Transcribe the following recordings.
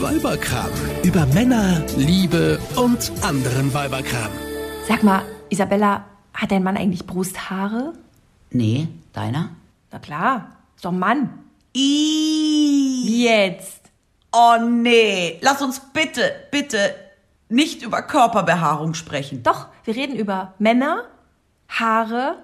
Weiberkram. Über Männer, Liebe und anderen Weiberkram. Sag mal, Isabella, hat dein Mann eigentlich Brusthaare? Nee, deiner? Na klar, ist doch ein Mann. Ih, Jetzt. oh nee, lass uns bitte, bitte nicht über Körperbehaarung sprechen. Doch, wir reden über Männer, Haare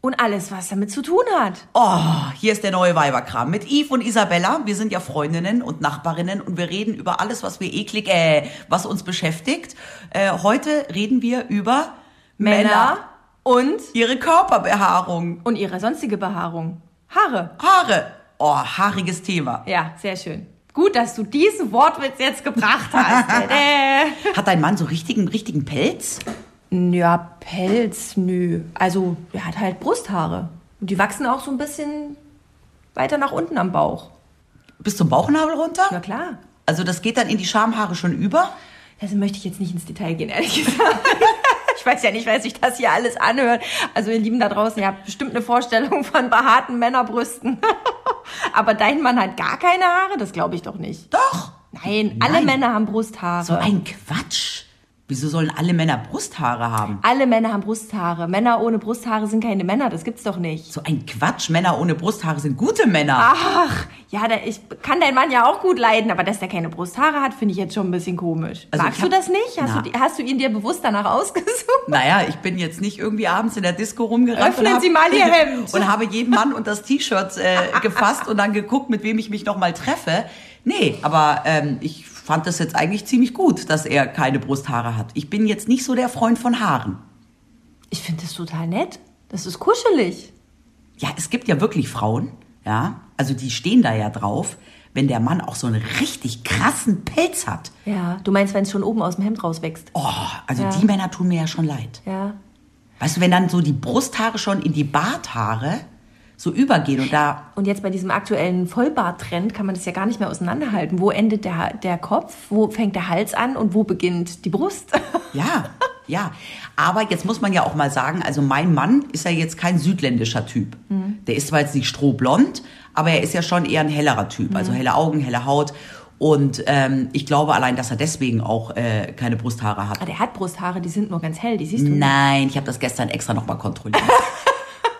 und alles, was damit zu tun hat. Oh, hier ist der neue Weiberkram mit Yves und Isabella. Wir sind ja Freundinnen und Nachbarinnen und wir reden über alles, was wir eklig, äh, was uns beschäftigt. Äh, heute reden wir über Männer, und, ihre Körperbehaarung, und ihre sonstige Behaarung. Haare. Haare. Oh, haariges Thema. Ja, sehr schön. Gut, dass du diesen Wortwitz jetzt gebracht hast. Äh. Hat dein Mann so richtigen, richtigen Pelz? Ja, Pelz, nö. Also, er hat halt Brusthaare. Und die wachsen auch so ein bisschen weiter nach unten am Bauch. Bis zum Bauchnabel runter? Na klar. Also das geht dann in die Schamhaare schon über? Also möchte ich jetzt nicht ins Detail gehen, ehrlich gesagt. Ich weiß ja nicht, wer sich das hier alles anhört. Also ihr Lieben da draußen, ihr habt bestimmt eine Vorstellung von behaarten Männerbrüsten. Aber dein Mann hat gar keine Haare? Das glaube ich doch nicht. Doch. Nein, alle Nein. Männer haben Brusthaare. So ein Quatsch. Wieso sollen alle Männer Brusthaare haben? alle Männer haben Brusthaare. Männer ohne Brusthaare sind keine Männer, das gibt's doch nicht. So ein Quatsch. Männer ohne Brusthaare sind gute Männer. Ah. Ach, ja, da, ich kann deinen Mann ja auch gut leiden, aber dass der keine Brusthaare hat, finde ich jetzt schon ein bisschen komisch. Also Magst ich hab- du das nicht? Hast Na. du, die- hast du ihn dir bewusst danach ausgesucht? Naja, ich bin jetzt nicht irgendwie abends in der Disco rumgerannt. Öffnen und hab- Sie mal Ihr Hemd. Und habe jeden Mann und das T-Shirt äh, gefasst und dann geguckt, mit wem ich mich nochmal treffe. Nee, aber ähm, ich fand das jetzt eigentlich ziemlich gut, dass er keine Brusthaare hat. Ich bin jetzt nicht so der Freund von Haaren. Ich finde das total nett. Das ist kuschelig. Ja, es gibt ja wirklich Frauen, ja, also die stehen da ja drauf, wenn der Mann auch so einen richtig krassen Pelz hat. Ja, du meinst, wenn es schon oben aus dem Hemd rauswächst. Oh, also Ja. die Männer tun mir ja schon leid. Ja. Weißt du, wenn dann so die Brusthaare schon in die Barthaare so übergehen und da, Und jetzt bei diesem aktuellen Vollbart-Trend kann man das ja gar nicht mehr auseinanderhalten. Wo endet der, der Kopf, wo fängt der Hals an und wo beginnt die Brust? ja, ja. Aber jetzt muss man ja auch mal sagen, also mein Mann ist ja jetzt kein südländischer Typ. Der ist zwar jetzt nicht strohblond, aber er ist ja schon eher ein hellerer Typ, also helle Augen, helle Haut. Und ähm, ich glaube allein, dass er deswegen auch äh, keine Brusthaare hat. Ah, der hat Brusthaare, die sind nur ganz hell, die siehst du. Nein, ich habe das gestern extra nochmal kontrolliert.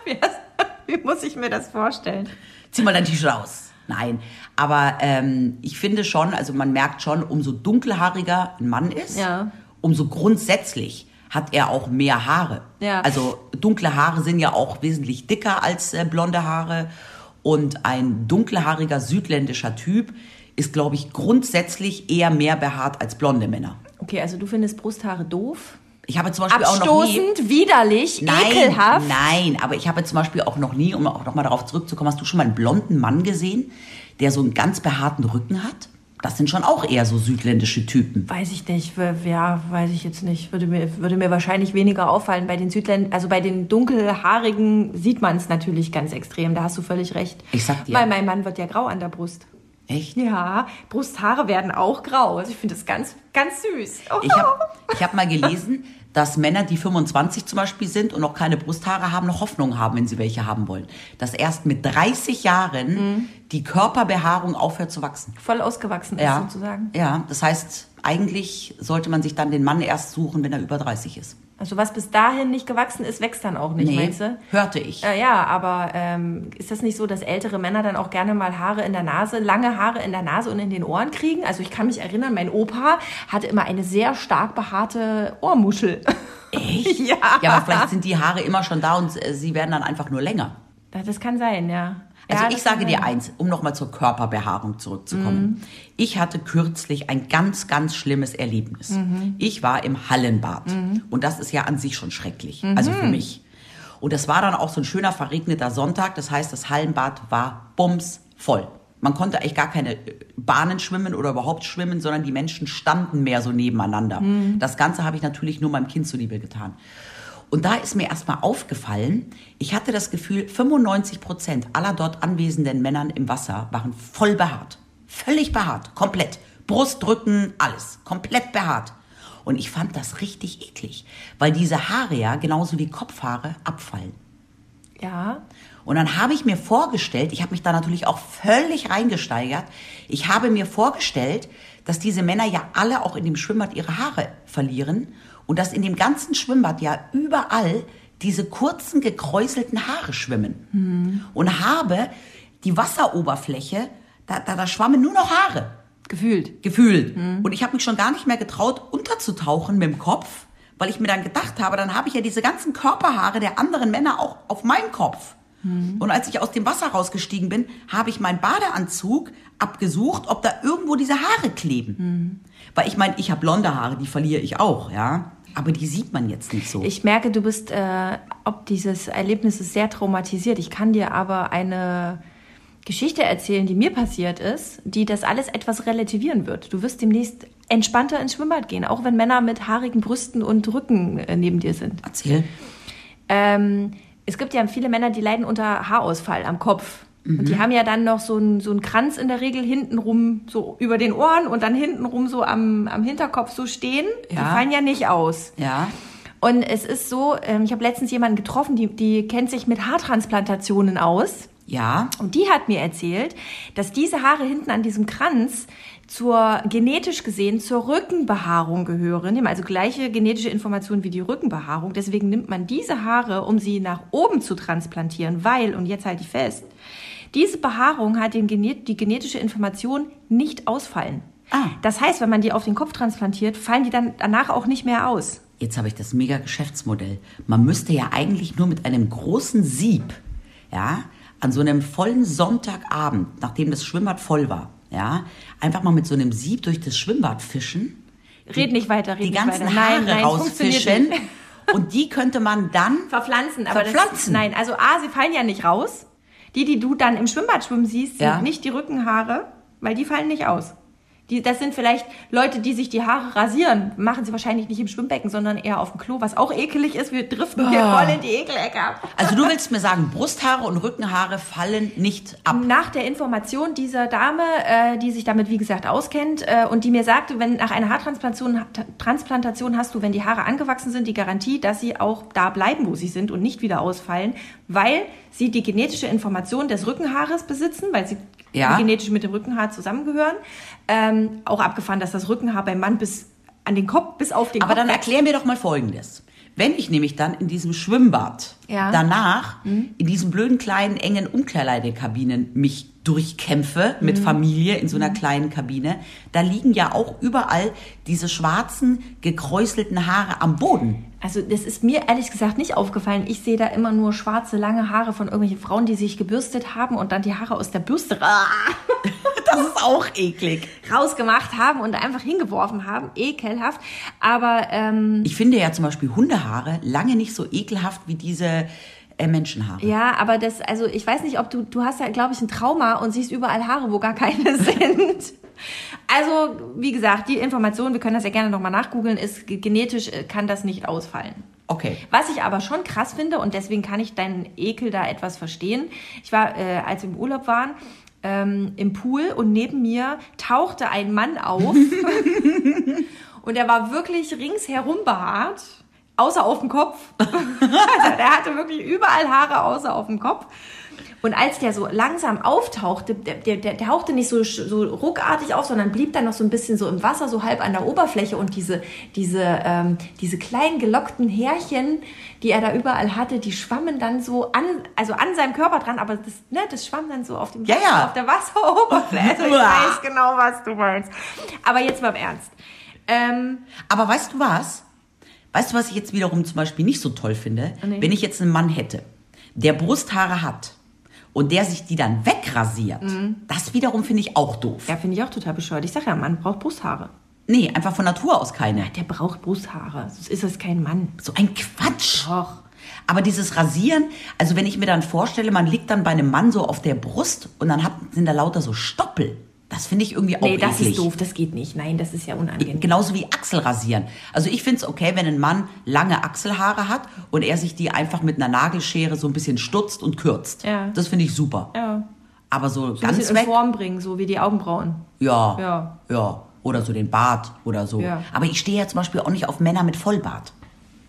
Wie, wie muss ich mir das vorstellen? Zieh mal dein T-Shirt aus. Nein, aber ähm, ich finde schon, also man merkt schon, umso dunkelhaariger ein Mann ist, Ja. umso grundsätzlich hat er auch mehr Haare. Ja. Also dunkle Haare sind ja auch wesentlich dicker als äh, blonde Haare. Und ein dunkelhaariger südländischer Typ ist, glaube ich, grundsätzlich eher mehr behaart als blonde Männer. Okay, also du findest Brusthaare doof, Ich habe zum Beispiel auch noch nie... abstoßend, widerlich, Nein, ekelhaft. nein, aber ich habe zum Beispiel auch noch nie, um auch noch mal darauf zurückzukommen, hast du schon mal einen blonden Mann gesehen, der so einen ganz behaarten Rücken hat? Das sind schon auch eher so südländische Typen. Weiß ich nicht, w- ja, weiß ich jetzt nicht. Würde mir, würde mir wahrscheinlich weniger auffallen. Bei den Südländern, also bei den dunkelhaarigen sieht man es natürlich ganz extrem. Da hast du völlig recht. Ich sag dir. Weil mein Mann wird ja grau an der Brust. Echt? Ja, Brusthaare werden auch grau. Also ich finde das ganz, ganz süß. Oh. Ich habe ich hab mal gelesen, dass Männer, die 25 zum Beispiel sind und noch keine Brusthaare haben, noch Hoffnung haben, wenn sie welche haben wollen. Dass erst mit 30 Jahren Mhm. die Körperbehaarung aufhört zu wachsen. Voll ausgewachsen ist sozusagen. ja, das heißt, eigentlich sollte man sich dann den Mann erst suchen, wenn er über 30 ist. Also was bis dahin nicht gewachsen ist, wächst dann auch nicht, meinst du? hörte ich. Äh, ja, aber ähm, ist das nicht so, dass ältere Männer dann auch gerne mal Haare in der Nase, lange Haare in der Nase und in den Ohren kriegen? Also ich kann mich erinnern, mein Opa hatte immer eine sehr stark behaarte Ohrmuschel. Echt? ja. Ja, aber vielleicht sind die Haare immer schon da und äh, sie werden dann einfach nur länger. Ja, Das kann sein, ja. Also ja, ich das kann sage sein. Mhm. dir eins, um nochmal zur Körperbehaarung zurückzukommen. Ich hatte kürzlich ein ganz, ganz schlimmes Erlebnis. Mhm. Ich war im Hallenbad. Und das ist ja an sich schon schrecklich. Mhm. Also für mich. Und das war dann auch so ein schöner verregneter Sonntag. Das heißt, das Hallenbad war bumsvoll. Man konnte eigentlich gar keine äh, Bahnen schwimmen oder überhaupt schwimmen, sondern die Menschen standen mehr so nebeneinander. Mhm. Das Ganze habe ich natürlich nur meinem Kind zuliebe getan. Und da ist mir erstmal aufgefallen, ich hatte das Gefühl, 95 Prozent aller dort anwesenden Männern im Wasser waren voll behaart. Völlig behaart, komplett. Brust, Rücken, alles. Komplett behaart. Und ich fand das richtig eklig, weil diese Haare ja genauso wie Kopfhaare abfallen. Ja. Und dann habe ich mir vorgestellt, ich habe mich da natürlich auch völlig reingesteigert, ich habe mir vorgestellt, dass diese Männer ja alle auch in dem Schwimmbad ihre Haare verlieren und dass in dem ganzen Schwimmbad ja überall diese kurzen gekräuselten Haare schwimmen. Und habe die Wasseroberfläche, da, da, da schwammen nur noch Haare Gefühlt. gefühlt. Und ich habe mich schon gar nicht mehr getraut, unterzutauchen mit dem Kopf, weil ich mir dann gedacht habe, dann habe ich ja diese ganzen Körperhaare der anderen Männer auch auf meinem Kopf. Und als ich aus dem Wasser rausgestiegen bin, habe ich meinen Badeanzug abgesucht, ob da irgendwo diese Haare kleben. Weil ich meine, ich habe blonde Haare, die verliere ich auch, ja. Aber die sieht man jetzt nicht so. Ich merke, du bist äh, ob dieses Erlebnisses sehr traumatisiert. Ich kann dir aber eine Geschichte erzählen, die mir passiert ist, die das alles etwas relativieren wird. Du wirst demnächst entspannter ins Schwimmbad gehen, auch wenn Männer mit haarigen Brüsten und Rücken äh, neben dir sind. Erzähl. Ähm, es gibt ja viele Männer, die leiden unter Haarausfall am Kopf. Und die haben ja dann noch so einen, so einen Kranz in der Regel hintenrum so über den Ohren und dann hintenrum so am, am Hinterkopf so stehen. Die Ja. fallen ja nicht aus. Ja. Und es ist so, ähm, ich habe letztens jemanden getroffen, die, die kennt sich mit Haartransplantationen aus. Ja. Und die hat mir erzählt, dass diese Haare hinten an diesem Kranz zur genetisch gesehen zur Rückenbehaarung gehören. Die haben Also gleiche genetische Information wie die Rückenbehaarung. Deswegen nimmt man diese Haare, um sie nach oben zu transplantieren, weil, und jetzt halte ich fest, diese Behaarung hat den genet die genetische Information nicht ausfallen. Ah. Das heißt, wenn man die auf den Kopf transplantiert, fallen die dann danach auch nicht mehr aus. Jetzt habe ich das mega Geschäftsmodell. Man müsste ja eigentlich nur mit einem großen Sieb, ja, an so einem vollen Sonntagabend, nachdem das Schwimmbad voll war, ja, einfach mal mit so einem Sieb durch das Schwimmbad fischen, Red nicht weiter, red die nicht ganzen weiter. Haare es funktioniert rausfischen nicht. und die könnte man dann Verpflanzen, aber Verpflanzen? das nein, also A, sie fallen ja nicht raus. Die, die du dann im Schwimmbad schwimmen siehst, sind Ja. nicht die Rückenhaare, weil die fallen nicht aus. Die, das sind vielleicht Leute, die sich die Haare rasieren, machen sie wahrscheinlich nicht im Schwimmbecken, sondern eher auf dem Klo, was auch ekelig ist. Wir driften hier Ah. voll in die Ekelecke ab. Also du willst mir sagen, Brusthaare und Rückenhaare fallen nicht ab. Nach der Information dieser Dame, äh, die sich damit wie gesagt auskennt äh, und die mir sagte, wenn nach einer Haartransplantation Transplantation hast du, wenn die Haare angewachsen sind, die Garantie, dass sie auch da bleiben, wo sie sind und nicht wieder ausfallen, weil sie die genetische Information des Rückenhaares besitzen, weil sie Ja. genetisch mit dem Rückenhaar zusammengehören. Ähm, auch abgefahren, dass das Rückenhaar beim Mann bis an den Kopf, bis auf den Aber Kopf dann erklär mir doch mal Folgendes. Wenn ich nämlich dann in diesem Schwimmbad Ja. Mhm. danach in diesen blöden kleinen engen Umkleidekabinen mich durchkämpfe Mhm. mit Familie in so einer kleinen Kabine, da liegen ja auch überall diese schwarzen gekräuselten Haare am Boden. Also das ist mir ehrlich gesagt nicht aufgefallen. Ich sehe da immer nur schwarze, lange Haare von irgendwelchen Frauen, die sich gebürstet haben und dann die Haare aus der Bürste ra- Das ist auch eklig. rausgemacht haben und einfach hingeworfen haben. Ekelhaft. Aber ähm, Ich finde ja zum Beispiel Hundehaare lange nicht so ekelhaft wie diese äh, Menschenhaare. ja, aber das, also ich weiß nicht, ob du, du hast ja, glaube ich, ein Trauma und siehst überall Haare, wo gar keine sind. Also, wie gesagt, die Information, wir können das ja gerne nochmal nachgoogeln, ist ge- genetisch äh, kann das nicht ausfallen. Okay. Was ich aber schon krass finde, und deswegen kann ich deinen Ekel da etwas verstehen. Ich war, äh, als wir im Urlaub waren, ähm, im Pool und neben mir tauchte ein Mann auf. und er war wirklich ringsherum behaart, außer auf dem Kopf. also der hatte wirklich überall Haare, außer auf dem Kopf. Und als der so langsam auftauchte, der, der, der tauchte nicht so, sch- so ruckartig auf, sondern blieb dann noch so ein bisschen so im Wasser, so halb an der Oberfläche. Und diese, diese, ähm, diese kleinen gelockten Härchen, die er da überall hatte, die schwammen dann so an, also an seinem Körper dran, aber das, ne, das schwamm dann so auf dem Ja, ja. auf der Wasseroberfläche. Also ich weiß genau, was du meinst. Aber jetzt mal im Ernst. Ähm, Aber weißt du was? Weißt du, was ich jetzt wiederum zum Beispiel nicht so toll finde? Ah, Nee. Wenn ich jetzt einen Mann hätte, der Brusthaare hat und der sich die dann wegrasiert, das wiederum finde ich auch doof. Mhm. ja, finde ich auch total bescheuert. Ich sag ja, Mann braucht Brusthaare. Nee, einfach von Natur aus keine. Der braucht Brusthaare. Sonst ist das kein Mann. So ein Quatsch. Doch. Aber dieses Rasieren, also wenn ich mir dann vorstelle, man liegt dann bei einem Mann so auf der Brust und dann hat, sind da lauter so Stoppel. Das finde ich irgendwie auch Nee, das eklig. ist doof, das geht nicht. Nein, das ist ja unangenehm. Genauso wie Achsel rasieren. Also ich finde es okay, wenn ein Mann lange Achselhaare hat und er sich die einfach mit einer Nagelschere so ein bisschen stutzt und kürzt. Ja. Das finde ich super. Ja. Aber so, Ein ganz bisschen in weg, Form bringen, so wie die Augenbrauen. ja, Ja. ja, Oder so den Bart oder so. Ja. Aber ich stehe ja zum Beispiel auch nicht auf Männer mit Vollbart.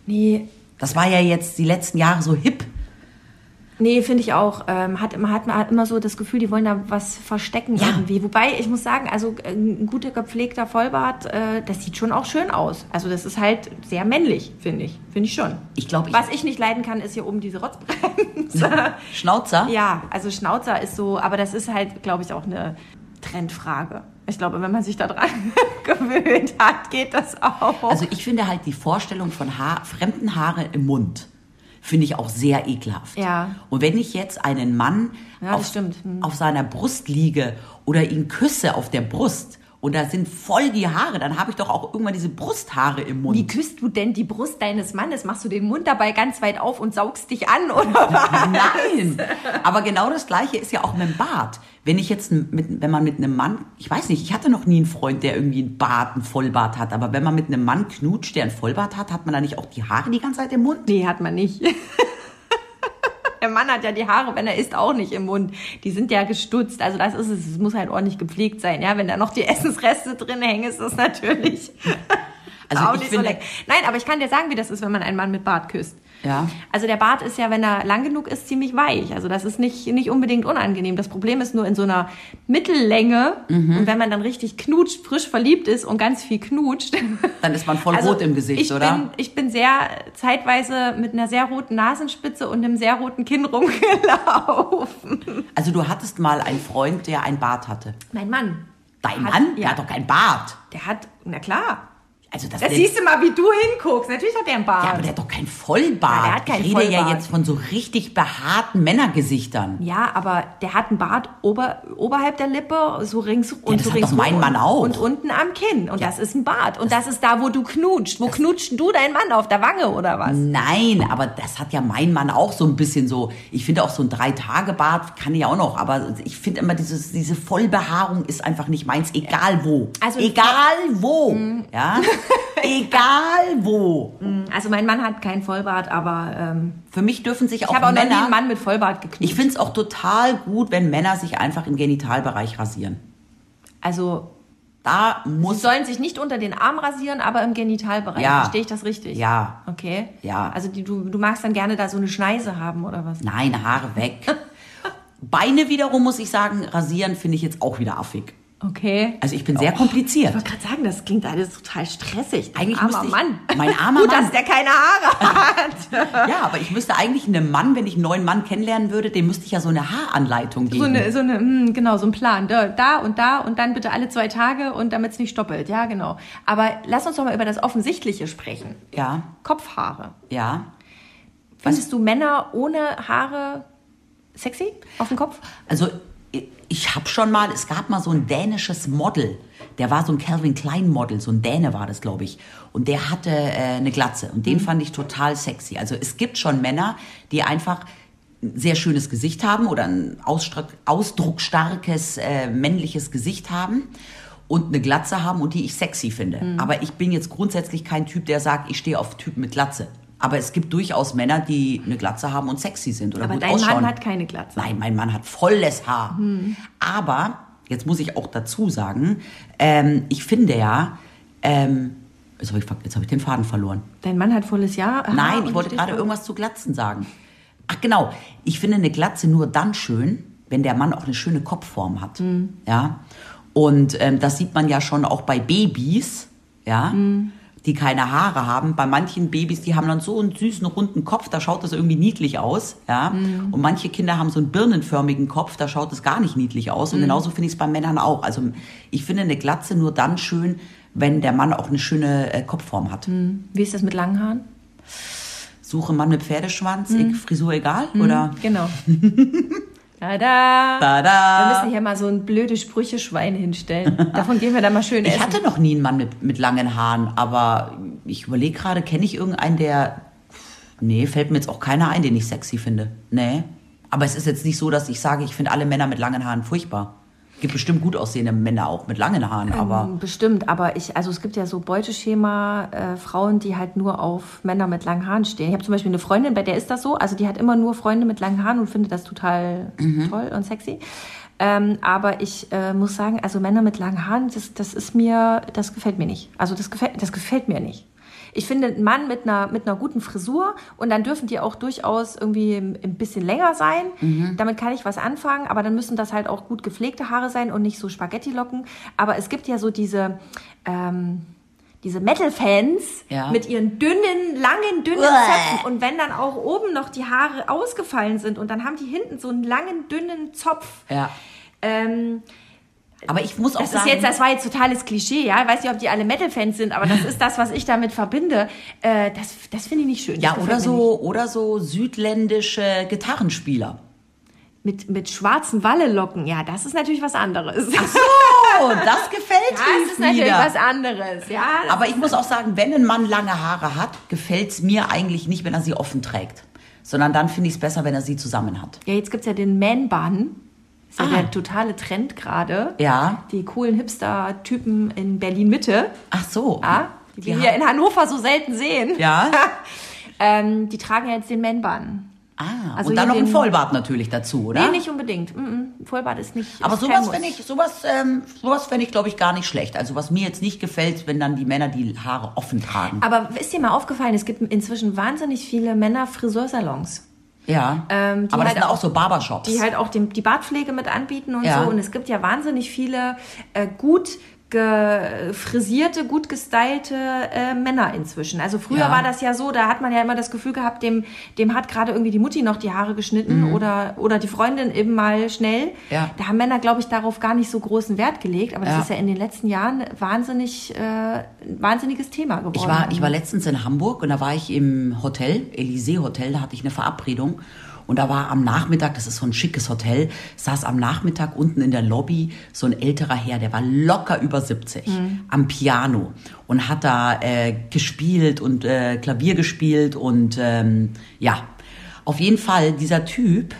Nee, Das war ja jetzt die letzten Jahre so hip. Nee, finde ich auch. Ähm, hat, man hat, man hat immer so das Gefühl, die wollen da was verstecken Ja. irgendwie. Wobei, ich muss sagen, also äh, ein guter gepflegter Vollbart, äh, das sieht schon auch schön aus. Also das ist halt sehr männlich, finde ich. Finde ich schon. Ich glaube, ich- Was ich nicht leiden kann, ist hier oben diese Rotzbremse. Schnauzer? ja, also Schnauzer ist so, aber das ist halt, glaube ich, auch eine Trendfrage. Ich glaube, wenn man sich daran gewöhnt hat, geht das auch. Also ich finde halt die Vorstellung von Haar, fremden Haaren im Mund finde ich auch sehr ekelhaft. Ja. Und wenn ich jetzt einen Mann Ja, das auf, stimmt. Hm. auf seiner Brust liege oder ihn küsse auf der Brust und da sind voll die Haare, dann habe ich doch auch irgendwann diese Brusthaare im Mund. Wie küsst du denn die Brust deines Mannes? Machst du den Mund dabei ganz weit auf und saugst dich an oder was? Nein, aber genau das Gleiche ist ja auch mit dem Bart. Wenn ich jetzt mit, wenn man mit einem Mann, ich weiß nicht, ich hatte noch nie einen Freund, der irgendwie einen Bart, einen Vollbart hat, aber wenn man mit einem Mann knutscht, der einen Vollbart hat, hat man da nicht auch die Haare die ganze Zeit im Mund? Nee, hat man nicht. Der Mann hat ja die Haare, wenn er isst, auch nicht im Mund. Die sind ja gestutzt. Also das ist es. Es muss halt ordentlich gepflegt sein. Ja, wenn da noch die Essensreste drin hängen, ist das natürlich Also auch ich nicht so finde- lecker. Nein, aber ich kann dir sagen, wie das ist, wenn man einen Mann mit Bart küsst. Ja. Also der Bart ist ja, wenn er lang genug ist, ziemlich weich. Also das ist nicht, nicht unbedingt unangenehm. Das Problem ist nur in so einer Mittellänge. Mhm. Und wenn man dann richtig knutscht, frisch verliebt ist und ganz viel knutscht. Dann ist man voll Also, rot im Gesicht, ich oder? Bin, ich bin sehr zeitweise mit einer sehr roten Nasenspitze und einem sehr roten Kinn rumgelaufen. Also du hattest mal einen Freund, der einen Bart hatte. Mein Mann, Dein Hat- Mann? Der ja. hat doch keinen Bart. der hat, na klar. Also das, Das nennt- siehst du mal, wie du hinguckst. Natürlich hat der einen Bart. Ja, aber der hat doch keinen Vollbart. Ja, der hat keinen ich rede ja Vollbart. jetzt von so richtig behaarten Männergesichtern. Ja, aber der hat einen Bart ober, oberhalb der Lippe, so rings und das so hat rings doch mein Mann auch. Und unten am Kinn. Und das ist ein Bart. Und das, ist da, wo du knutscht. Wo knutscht du deinen Mann auf der Wange oder was? Nein, aber das hat ja mein Mann auch so ein bisschen so. Ich finde auch so ein Drei-Tage-Bart kann ich auch noch, aber ich finde immer dieses, diese Vollbehaarung ist einfach nicht meins, egal wo. Also- egal wo. Ja? egal wo. Also mein Mann hat keinen Vollbart, aber ähm, Für mich dürfen sich auch ich habe auch noch nie Männer. einen Mann mit Vollbart geknutscht. ich finde es auch total gut, wenn Männer sich einfach im Genitalbereich rasieren. also Da sie muss sollen sich nicht unter den Arm rasieren, aber im Genitalbereich. Ja. Verstehe ich das richtig? Ja. Okay. Ja. Also die, du, du magst dann gerne da so eine Schneise haben oder was? Nein, Haare weg. Beine wiederum muss ich sagen, rasieren finde ich jetzt auch wieder affig. Okay. Also ich bin sehr kompliziert. Ich wollte gerade sagen, das klingt alles total stressig. Dein Eigentlich armer müsste ich- Mann. Mein armer Gut, Mann. dass der keine Haare hat. Ja, aber ich müsste eigentlich einem Mann, wenn ich einen neuen Mann kennenlernen würde, dem müsste ich ja so eine Haaranleitung geben. so eine, so eine, hm, genau, so ein Plan. Da, da und da und dann bitte alle zwei Tage und damit es nicht stoppelt. Ja, genau. Aber lass uns doch mal über das Offensichtliche sprechen. ja, Kopfhaare. ja. Findest du Männer ohne Haare sexy auf dem Kopf? Also ich- ich habe schon mal, es gab mal so ein dänisches Model. Der war so ein Calvin Klein Model, so ein Däne war das, glaube ich. Und der hatte äh, eine Glatze und Mhm. den fand ich total sexy. Also es gibt schon Männer, die einfach ein sehr schönes Gesicht haben oder ein Ausstrack- ausdrucksstarkes äh, männliches Gesicht haben und eine Glatze haben und die ich sexy finde. Mhm. Aber ich bin jetzt grundsätzlich kein Typ, der sagt, ich stehe auf Typen mit Glatze. Aber es gibt durchaus Männer, die eine Glatze haben und sexy sind oder Aber gut dein ausschauen. Mann hat keine Glatze. Nein, mein Mann hat volles Haar. Aber, jetzt muss ich auch dazu sagen, ähm, ich finde ja, ähm, jetzt habe ich, ver- jetzt hab ich den Faden verloren. Dein Mann hat volles Jahr. Haar Nein, und ich wollte steht gerade vor- irgendwas zu Glatzen sagen. Ach genau, ich finde eine Glatze nur dann schön, wenn der Mann auch eine schöne Kopfform hat. Ja. Und ähm, das sieht man ja schon auch bei Babys, ja, die keine Haare haben. Bei manchen Babys, die haben dann so einen süßen runden Kopf, da schaut das irgendwie niedlich aus, ja. Und manche Kinder haben so einen birnenförmigen Kopf, da schaut es gar nicht niedlich aus. Und genauso finde ich es bei Männern auch. Also ich finde eine Glatze nur dann schön, wenn der Mann auch eine schöne äh, Kopfform hat. Wie ist das mit langen Haaren? Suche Mann mit Pferdeschwanz, Mhm. ich, Frisur egal, oder? Genau. Tada! Wir Tada! müssen hier mal so ein blödes Sprücheschwein hinstellen. Davon gehen wir dann mal schön Ich essen. hatte noch nie einen Mann mit, mit langen Haaren, aber ich überlege gerade, kenne ich irgendeinen, der. Nee, fällt mir jetzt auch keiner ein, den ich sexy finde. Nee. Aber es ist jetzt nicht so, dass ich sage, ich finde alle Männer mit langen Haaren furchtbar. Gibt bestimmt gut aussehende Männer auch mit langen Haaren, Ähm, aber. Mm, Bestimmt, aber ich, also es gibt ja so Beuteschema, äh, Frauen, die halt nur auf Männer mit langen Haaren stehen. Ich habe zum Beispiel eine Freundin, bei der ist das so, also die hat immer nur Freunde mit langen Haaren und findet das total Mhm. toll und sexy. Ähm, aber ich äh, muss sagen, also Männer mit langen Haaren, das, das ist mir, das gefällt mir nicht. Also das gefällt, das gefällt mir nicht. Ich finde, ein Mann mit einer, mit einer guten Frisur und dann dürfen die auch durchaus irgendwie ein bisschen länger sein. Mhm. Damit kann ich was anfangen, aber dann müssen das halt auch gut gepflegte Haare sein und nicht so Spaghetti-Locken. Aber es gibt ja so diese, ähm, diese Metal-Fans Ja. mit ihren dünnen, langen, dünnen Zöpfen. Und wenn dann auch oben noch die Haare ausgefallen sind und dann haben die hinten so einen langen, dünnen Zopf. Ja. Ähm, Aber ich muss auch das ist sagen, jetzt, das war jetzt totales Klischee, ja. Ich weiß nicht, ob die alle Metal-Fans sind, aber das ist das, was ich damit verbinde. Äh, das das finde ich nicht schön. ja, Das oder gefällt mir nicht. so, oder so südländische Gitarrenspieler. Mit, mit schwarzen Wallelocken, ja, das ist natürlich was anderes. Ach so, Oh, das gefällt das ist mir. natürlich was anderes, ja. Aber ich muss auch sagen, wenn ein Mann lange Haare hat, gefällt es mir eigentlich nicht, wenn er sie offen trägt. Sondern dann finde ich es besser, wenn er sie zusammen hat. Ja, jetzt gibt's ja den Man-Bun. Ist ja Ah. der totale Trend gerade. Ja. Die coolen Hipster-Typen in Berlin-Mitte, Ach so. ja, die wir hier in Hannover so selten sehen. Ja. ähm, die tragen ja jetzt den Man-Bun. Ah, Also und hier dann noch ein den- Vollbart natürlich dazu, oder? Nee, nicht unbedingt. Mm -mm. Vollbart ist nicht. Aber ist kein sowas Muss. finde ich, sowas, ähm, sowas finde ich, glaube ich, gar nicht schlecht. Also was mir jetzt nicht gefällt, wenn dann die Männer die Haare offen tragen. Aber ist dir mal aufgefallen, es gibt inzwischen wahnsinnig viele Männer-Friseursalons, ja. ähm, die Aber das halt sind auch auch- so Barbershops. die halt auch dem, die Bartpflege mit anbieten und Ja. so. Und es gibt ja wahnsinnig viele äh, gut ge- frisierte, gut gestylte äh, Männer inzwischen. Also früher Ja. war das ja so, da hat man ja immer das Gefühl gehabt, dem, dem hat gerade irgendwie die Mutti noch die Haare geschnitten oder, oder die Freundin eben mal schnell. Mhm. Ja. Da haben Männer, glaube ich, darauf gar nicht so großen Wert gelegt. Aber das Ja. ist ja in den letzten Jahren wahnsinnig, äh, ein wahnsinniges Thema geworden. Ich war, ich war letztens in Hamburg und da war ich im Hotel, Elysee Hotel, da hatte ich eine Verabredung. Und da war am Nachmittag, das ist so ein schickes Hotel, saß am Nachmittag unten in der Lobby so ein älterer Herr, der war locker über 70, am Piano und hat da äh, gespielt und äh, Klavier gespielt und ähm, ja, auf jeden Fall dieser Typ,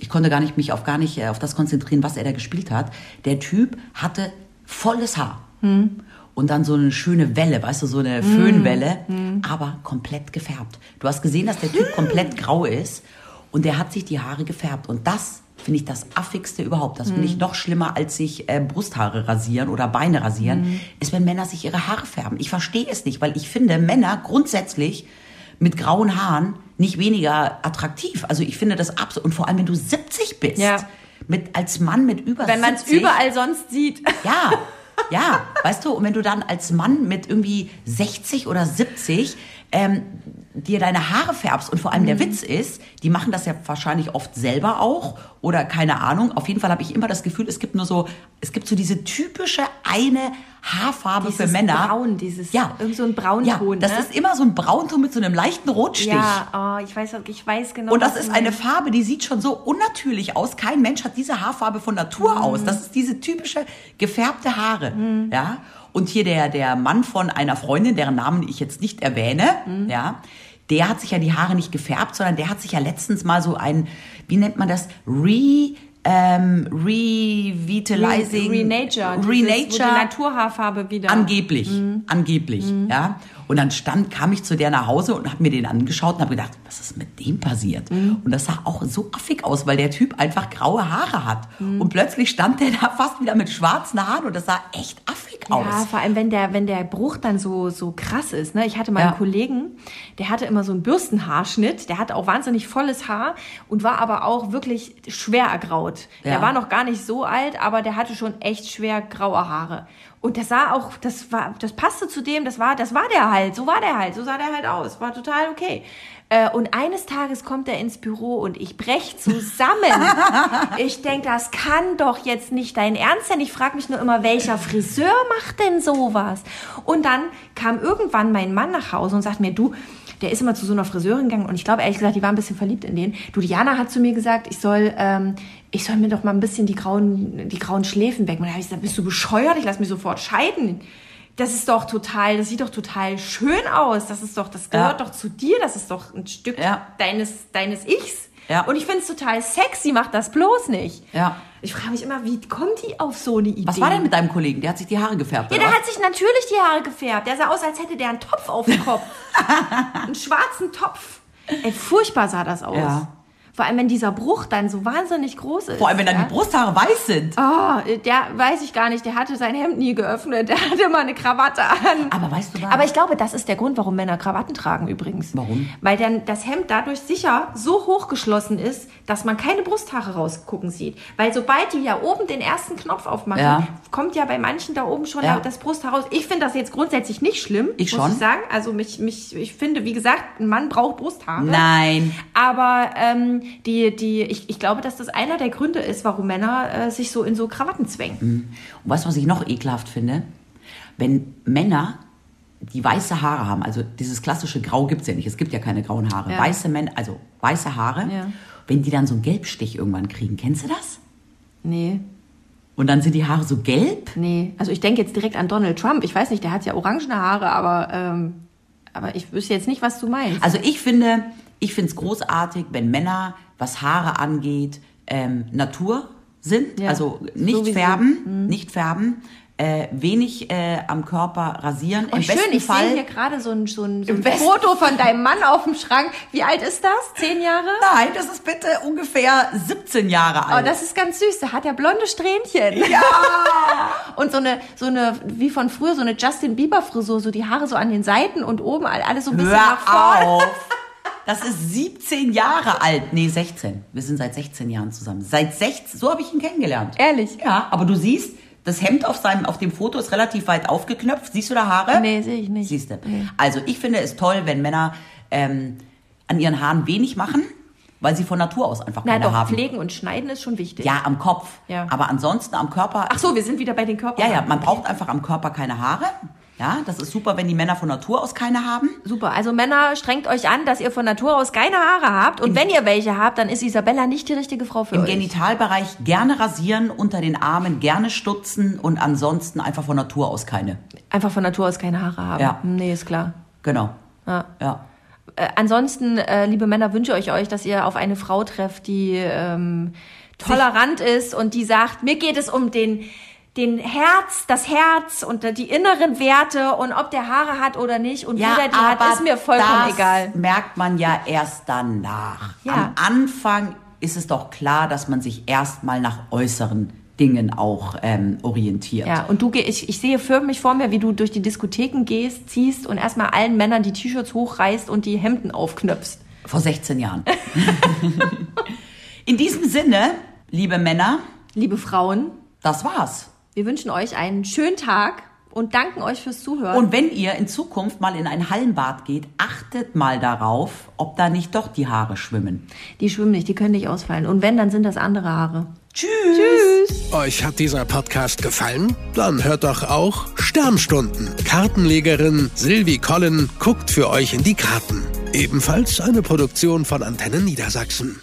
ich konnte gar nicht mich auf gar nicht äh, auf das konzentrieren, was er da gespielt hat. Der Typ hatte volles Haar. Und dann so eine schöne Welle, weißt du, so eine Föhnwelle, aber komplett gefärbt. Du hast gesehen, dass der Typ komplett grau ist und der hat sich die Haare gefärbt. Und das finde ich das affigste überhaupt. Das finde ich noch schlimmer, als sich äh, Brusthaare rasieren oder Beine rasieren, ist, wenn Männer sich ihre Haare färben. Ich verstehe es nicht, weil ich finde Männer grundsätzlich mit grauen Haaren nicht weniger attraktiv. Also ich finde das absolut. Und vor allem, wenn du 70 bist, Ja. mit, als Mann mit über Wenn man es 70, überall sonst sieht. Ja, ja, weißt du, und wenn du dann als Mann mit irgendwie 60 oder 70 ähm, dir deine Haare färbst und vor Mhm. allem der Witz ist, die machen das ja wahrscheinlich oft selber auch oder keine Ahnung. Auf jeden Fall habe ich immer das Gefühl, es gibt nur so, es gibt so diese typische eine Haarfarbe für Dieses Männer. Braun, dieses- ja, irgend so ein Braunton, Ja, das ne? ist immer so ein Braunton mit so einem leichten Rotstich. Ja, oh, ich, weiß, ich weiß genau. Und was das du ist eine meinst. Farbe, die sieht schon so unnatürlich aus. Kein Mensch hat diese Haarfarbe von Natur Mhm. aus. Das ist diese typische gefärbte Haare. Ja. Und hier der, der Mann von einer Freundin, deren Namen ich jetzt nicht erwähne, Mhm. ja, der hat sich ja die Haare nicht gefärbt, sondern der hat sich ja letztens mal so ein, wie nennt man das, re, ähm, revitalizing, Renature. dieses, Wo die renature, Naturhaarfarbe wieder. Angeblich, Mhm. angeblich, ja. Und dann stand, kam ich zu der nach Hause und habe mir den angeschaut und habe gedacht, was ist mit dem passiert? Mhm. Und das sah auch so affig aus, weil der Typ einfach graue Haare hat. Mhm. Und plötzlich stand der da fast wieder mit schwarzen Haaren und das sah echt affig Ja, aus. vor allem, wenn der, wenn der Bruch dann so, so krass ist. Ne? Ich hatte mal Ja. einen Kollegen, der hatte immer so einen Bürstenhaarschnitt. Der hatte auch wahnsinnig volles Haar und war aber auch wirklich schwer ergraut. Ja. Der war noch gar nicht so alt, aber der hatte schon echt schwer graue Haare. Und das sah auch, das war, das passte zu dem, das war, das war der halt, so war der halt, so sah der halt aus, war total okay. Äh, Und eines Tages kommt er ins Büro und ich brech zusammen. Ich denke, das kann doch jetzt nicht dein Ernst sein. Ich frage mich nur immer, welcher Friseur macht denn sowas? Und dann kam irgendwann mein Mann nach Hause und sagt mir, du, der ist immer zu so einer Friseurin gegangen und ich glaube ehrlich gesagt, die war ein bisschen verliebt in den. Du, Diana hat zu mir gesagt, ich soll, ähm, ich soll mir doch mal ein bisschen die grauen, die grauen Schläfen wegmachen. Da habe ich gesagt, bist du bescheuert? Ich lasse mich sofort scheiden. Das ist doch total, das sieht doch total schön aus. Das ist doch, das gehört Ja. doch zu dir. Das ist doch ein Stück Ja. deines, deines Ichs. Ja. Und ich finde es total sexy, macht das bloß nicht. Ja. Ich frage mich immer, wie kommen die auf so eine Idee? Was war denn mit deinem Kollegen? Der hat sich die Haare gefärbt. Ja, oder der was? hat sich natürlich die Haare gefärbt. Der sah aus, als hätte der einen Topf auf dem Kopf. einen schwarzen Topf. Ey, furchtbar sah das aus. Ja. Vor allem, wenn dieser Bruch dann so wahnsinnig groß ist. Vor allem, wenn dann ja? die Brusthaare weiß sind. Oh, der weiß ich gar nicht, der hatte sein Hemd nie geöffnet, der hatte immer eine Krawatte an. Aber weißt du was? Aber ich glaube, das ist der Grund, warum Männer Krawatten tragen übrigens. Ah. Warum? Weil dann das Hemd dadurch sicher so hochgeschlossen ist, dass man keine Brusthaare rausgucken sieht. Weil sobald die ja oben den ersten Knopf aufmachen, Ja. kommt ja bei manchen da oben schon Ja. das Brusthaar raus. Ich finde das jetzt grundsätzlich nicht schlimm, Ich muss schon. ich sagen. Also mich, mich, ich finde, wie gesagt, ein Mann braucht Brusthaare. Nein. Aber ähm, die, die, ich, ich glaube, dass das einer der Gründe ist, warum Männer äh, sich so in so Krawatten zwängen. Mhm. Und weißt du, was ich noch ekelhaft finde? Wenn Männer, die weiße Haare haben, also dieses klassische Grau gibt's ja nicht, es gibt ja keine grauen Haare. Ja. Weiße Männer, also weiße Haare, Ja. wenn die dann so einen Gelbstich irgendwann kriegen, kennst du das? Nee, Und dann sind die Haare so gelb? nee. Also ich denke jetzt direkt an Donald Trump. Ich weiß nicht, der hat ja orangene Haare, aber, ähm, aber ich wüsste jetzt nicht, was du meinst. Also ich finde, ich find's großartig, wenn Männer, was Haare angeht, ähm, Natur sind, Ja. Mhm. also nicht So wie sie- färben, nicht färben, äh, wenig äh, am Körper rasieren. Oh, Im schön, besten ich Fall sehe hier gerade so ein, so ein, so Im ein besten- Foto von deinem Mann auf dem Schrank. Wie alt ist das? Zehn Jahre? Nein, das ist bitte ungefähr 17 Jahre Oh, alt. das ist ganz süß. Da hat er blonde Strähnchen. ja! Und so eine, so eine, wie von früher, so eine Justin Bieber Frisur, so die Haare so an den Seiten und oben, all- alles so ein bisschen nach vorne. Hör auf! Das ist 17 Jahre alt. Nee, 16. Wir sind seit 16 Jahren zusammen. Seit 16, so habe ich ihn kennengelernt. Ehrlich? Ja, aber du siehst, das Hemd auf, seinem, auf dem Foto ist relativ weit aufgeknöpft. Siehst du da Haare? Nee, sehe ich nicht. Siehst du. Also ich finde es toll, wenn Männer ähm, an ihren Haaren wenig machen, weil sie von Natur aus einfach Na keine doch, haben. pflegen und schneiden ist schon wichtig. Ja, am Kopf. Ja. Aber ansonsten am Körper Ach so, wir sind wieder bei den Körpern. Ja, ja, man braucht einfach am Körper keine Haare. Ja, das ist super, wenn die Männer von Natur aus keine haben. Super. Also Männer, strengt euch an, dass ihr von Natur aus keine Haare habt. Und wenn ihr welche habt, dann ist Isabella nicht die richtige Frau für Im euch. Genitalbereich gerne rasieren, unter den Armen gerne stutzen und ansonsten einfach von Natur aus keine. Einfach von Natur aus keine Haare haben. Ja. Nee, ist klar. Genau. Ja. Ja. Äh, ansonsten, äh, liebe Männer, wünsche ich euch, dass ihr auf eine Frau trefft, die ähm, tolerant ist und die sagt, mir geht es um den den Herz, das Herz und die inneren Werte und ob der Haare hat oder nicht und wie der die hat, ist mir vollkommen das egal. merkt man ja erst danach. Ja. Am Anfang ist es doch klar, dass man sich erstmal nach äußeren Dingen auch ähm, orientiert. Ja, und du geh- ich, ich sehe förmlich vor mir, wie du durch die Diskotheken gehst, ziehst und erstmal allen Männern die T-Shirts hochreißt und die Hemden aufknöpfst. Vor 16 Jahren. In diesem Sinne, liebe Männer, Liebe Frauen, das war's. wir wünschen euch einen schönen Tag und danken euch fürs Zuhören. Und wenn ihr in Zukunft mal in ein Hallenbad geht, achtet mal darauf, ob da nicht doch die Haare schwimmen. die schwimmen nicht, die können nicht ausfallen. Und wenn, dann sind das andere Haare. Tschüss. Euch hat dieser Podcast gefallen? Dann hört doch auch Sternstunden. Kartenlegerin Silvi Collen guckt für euch in die Karten. Ebenfalls eine Produktion von Antenne Niedersachsen.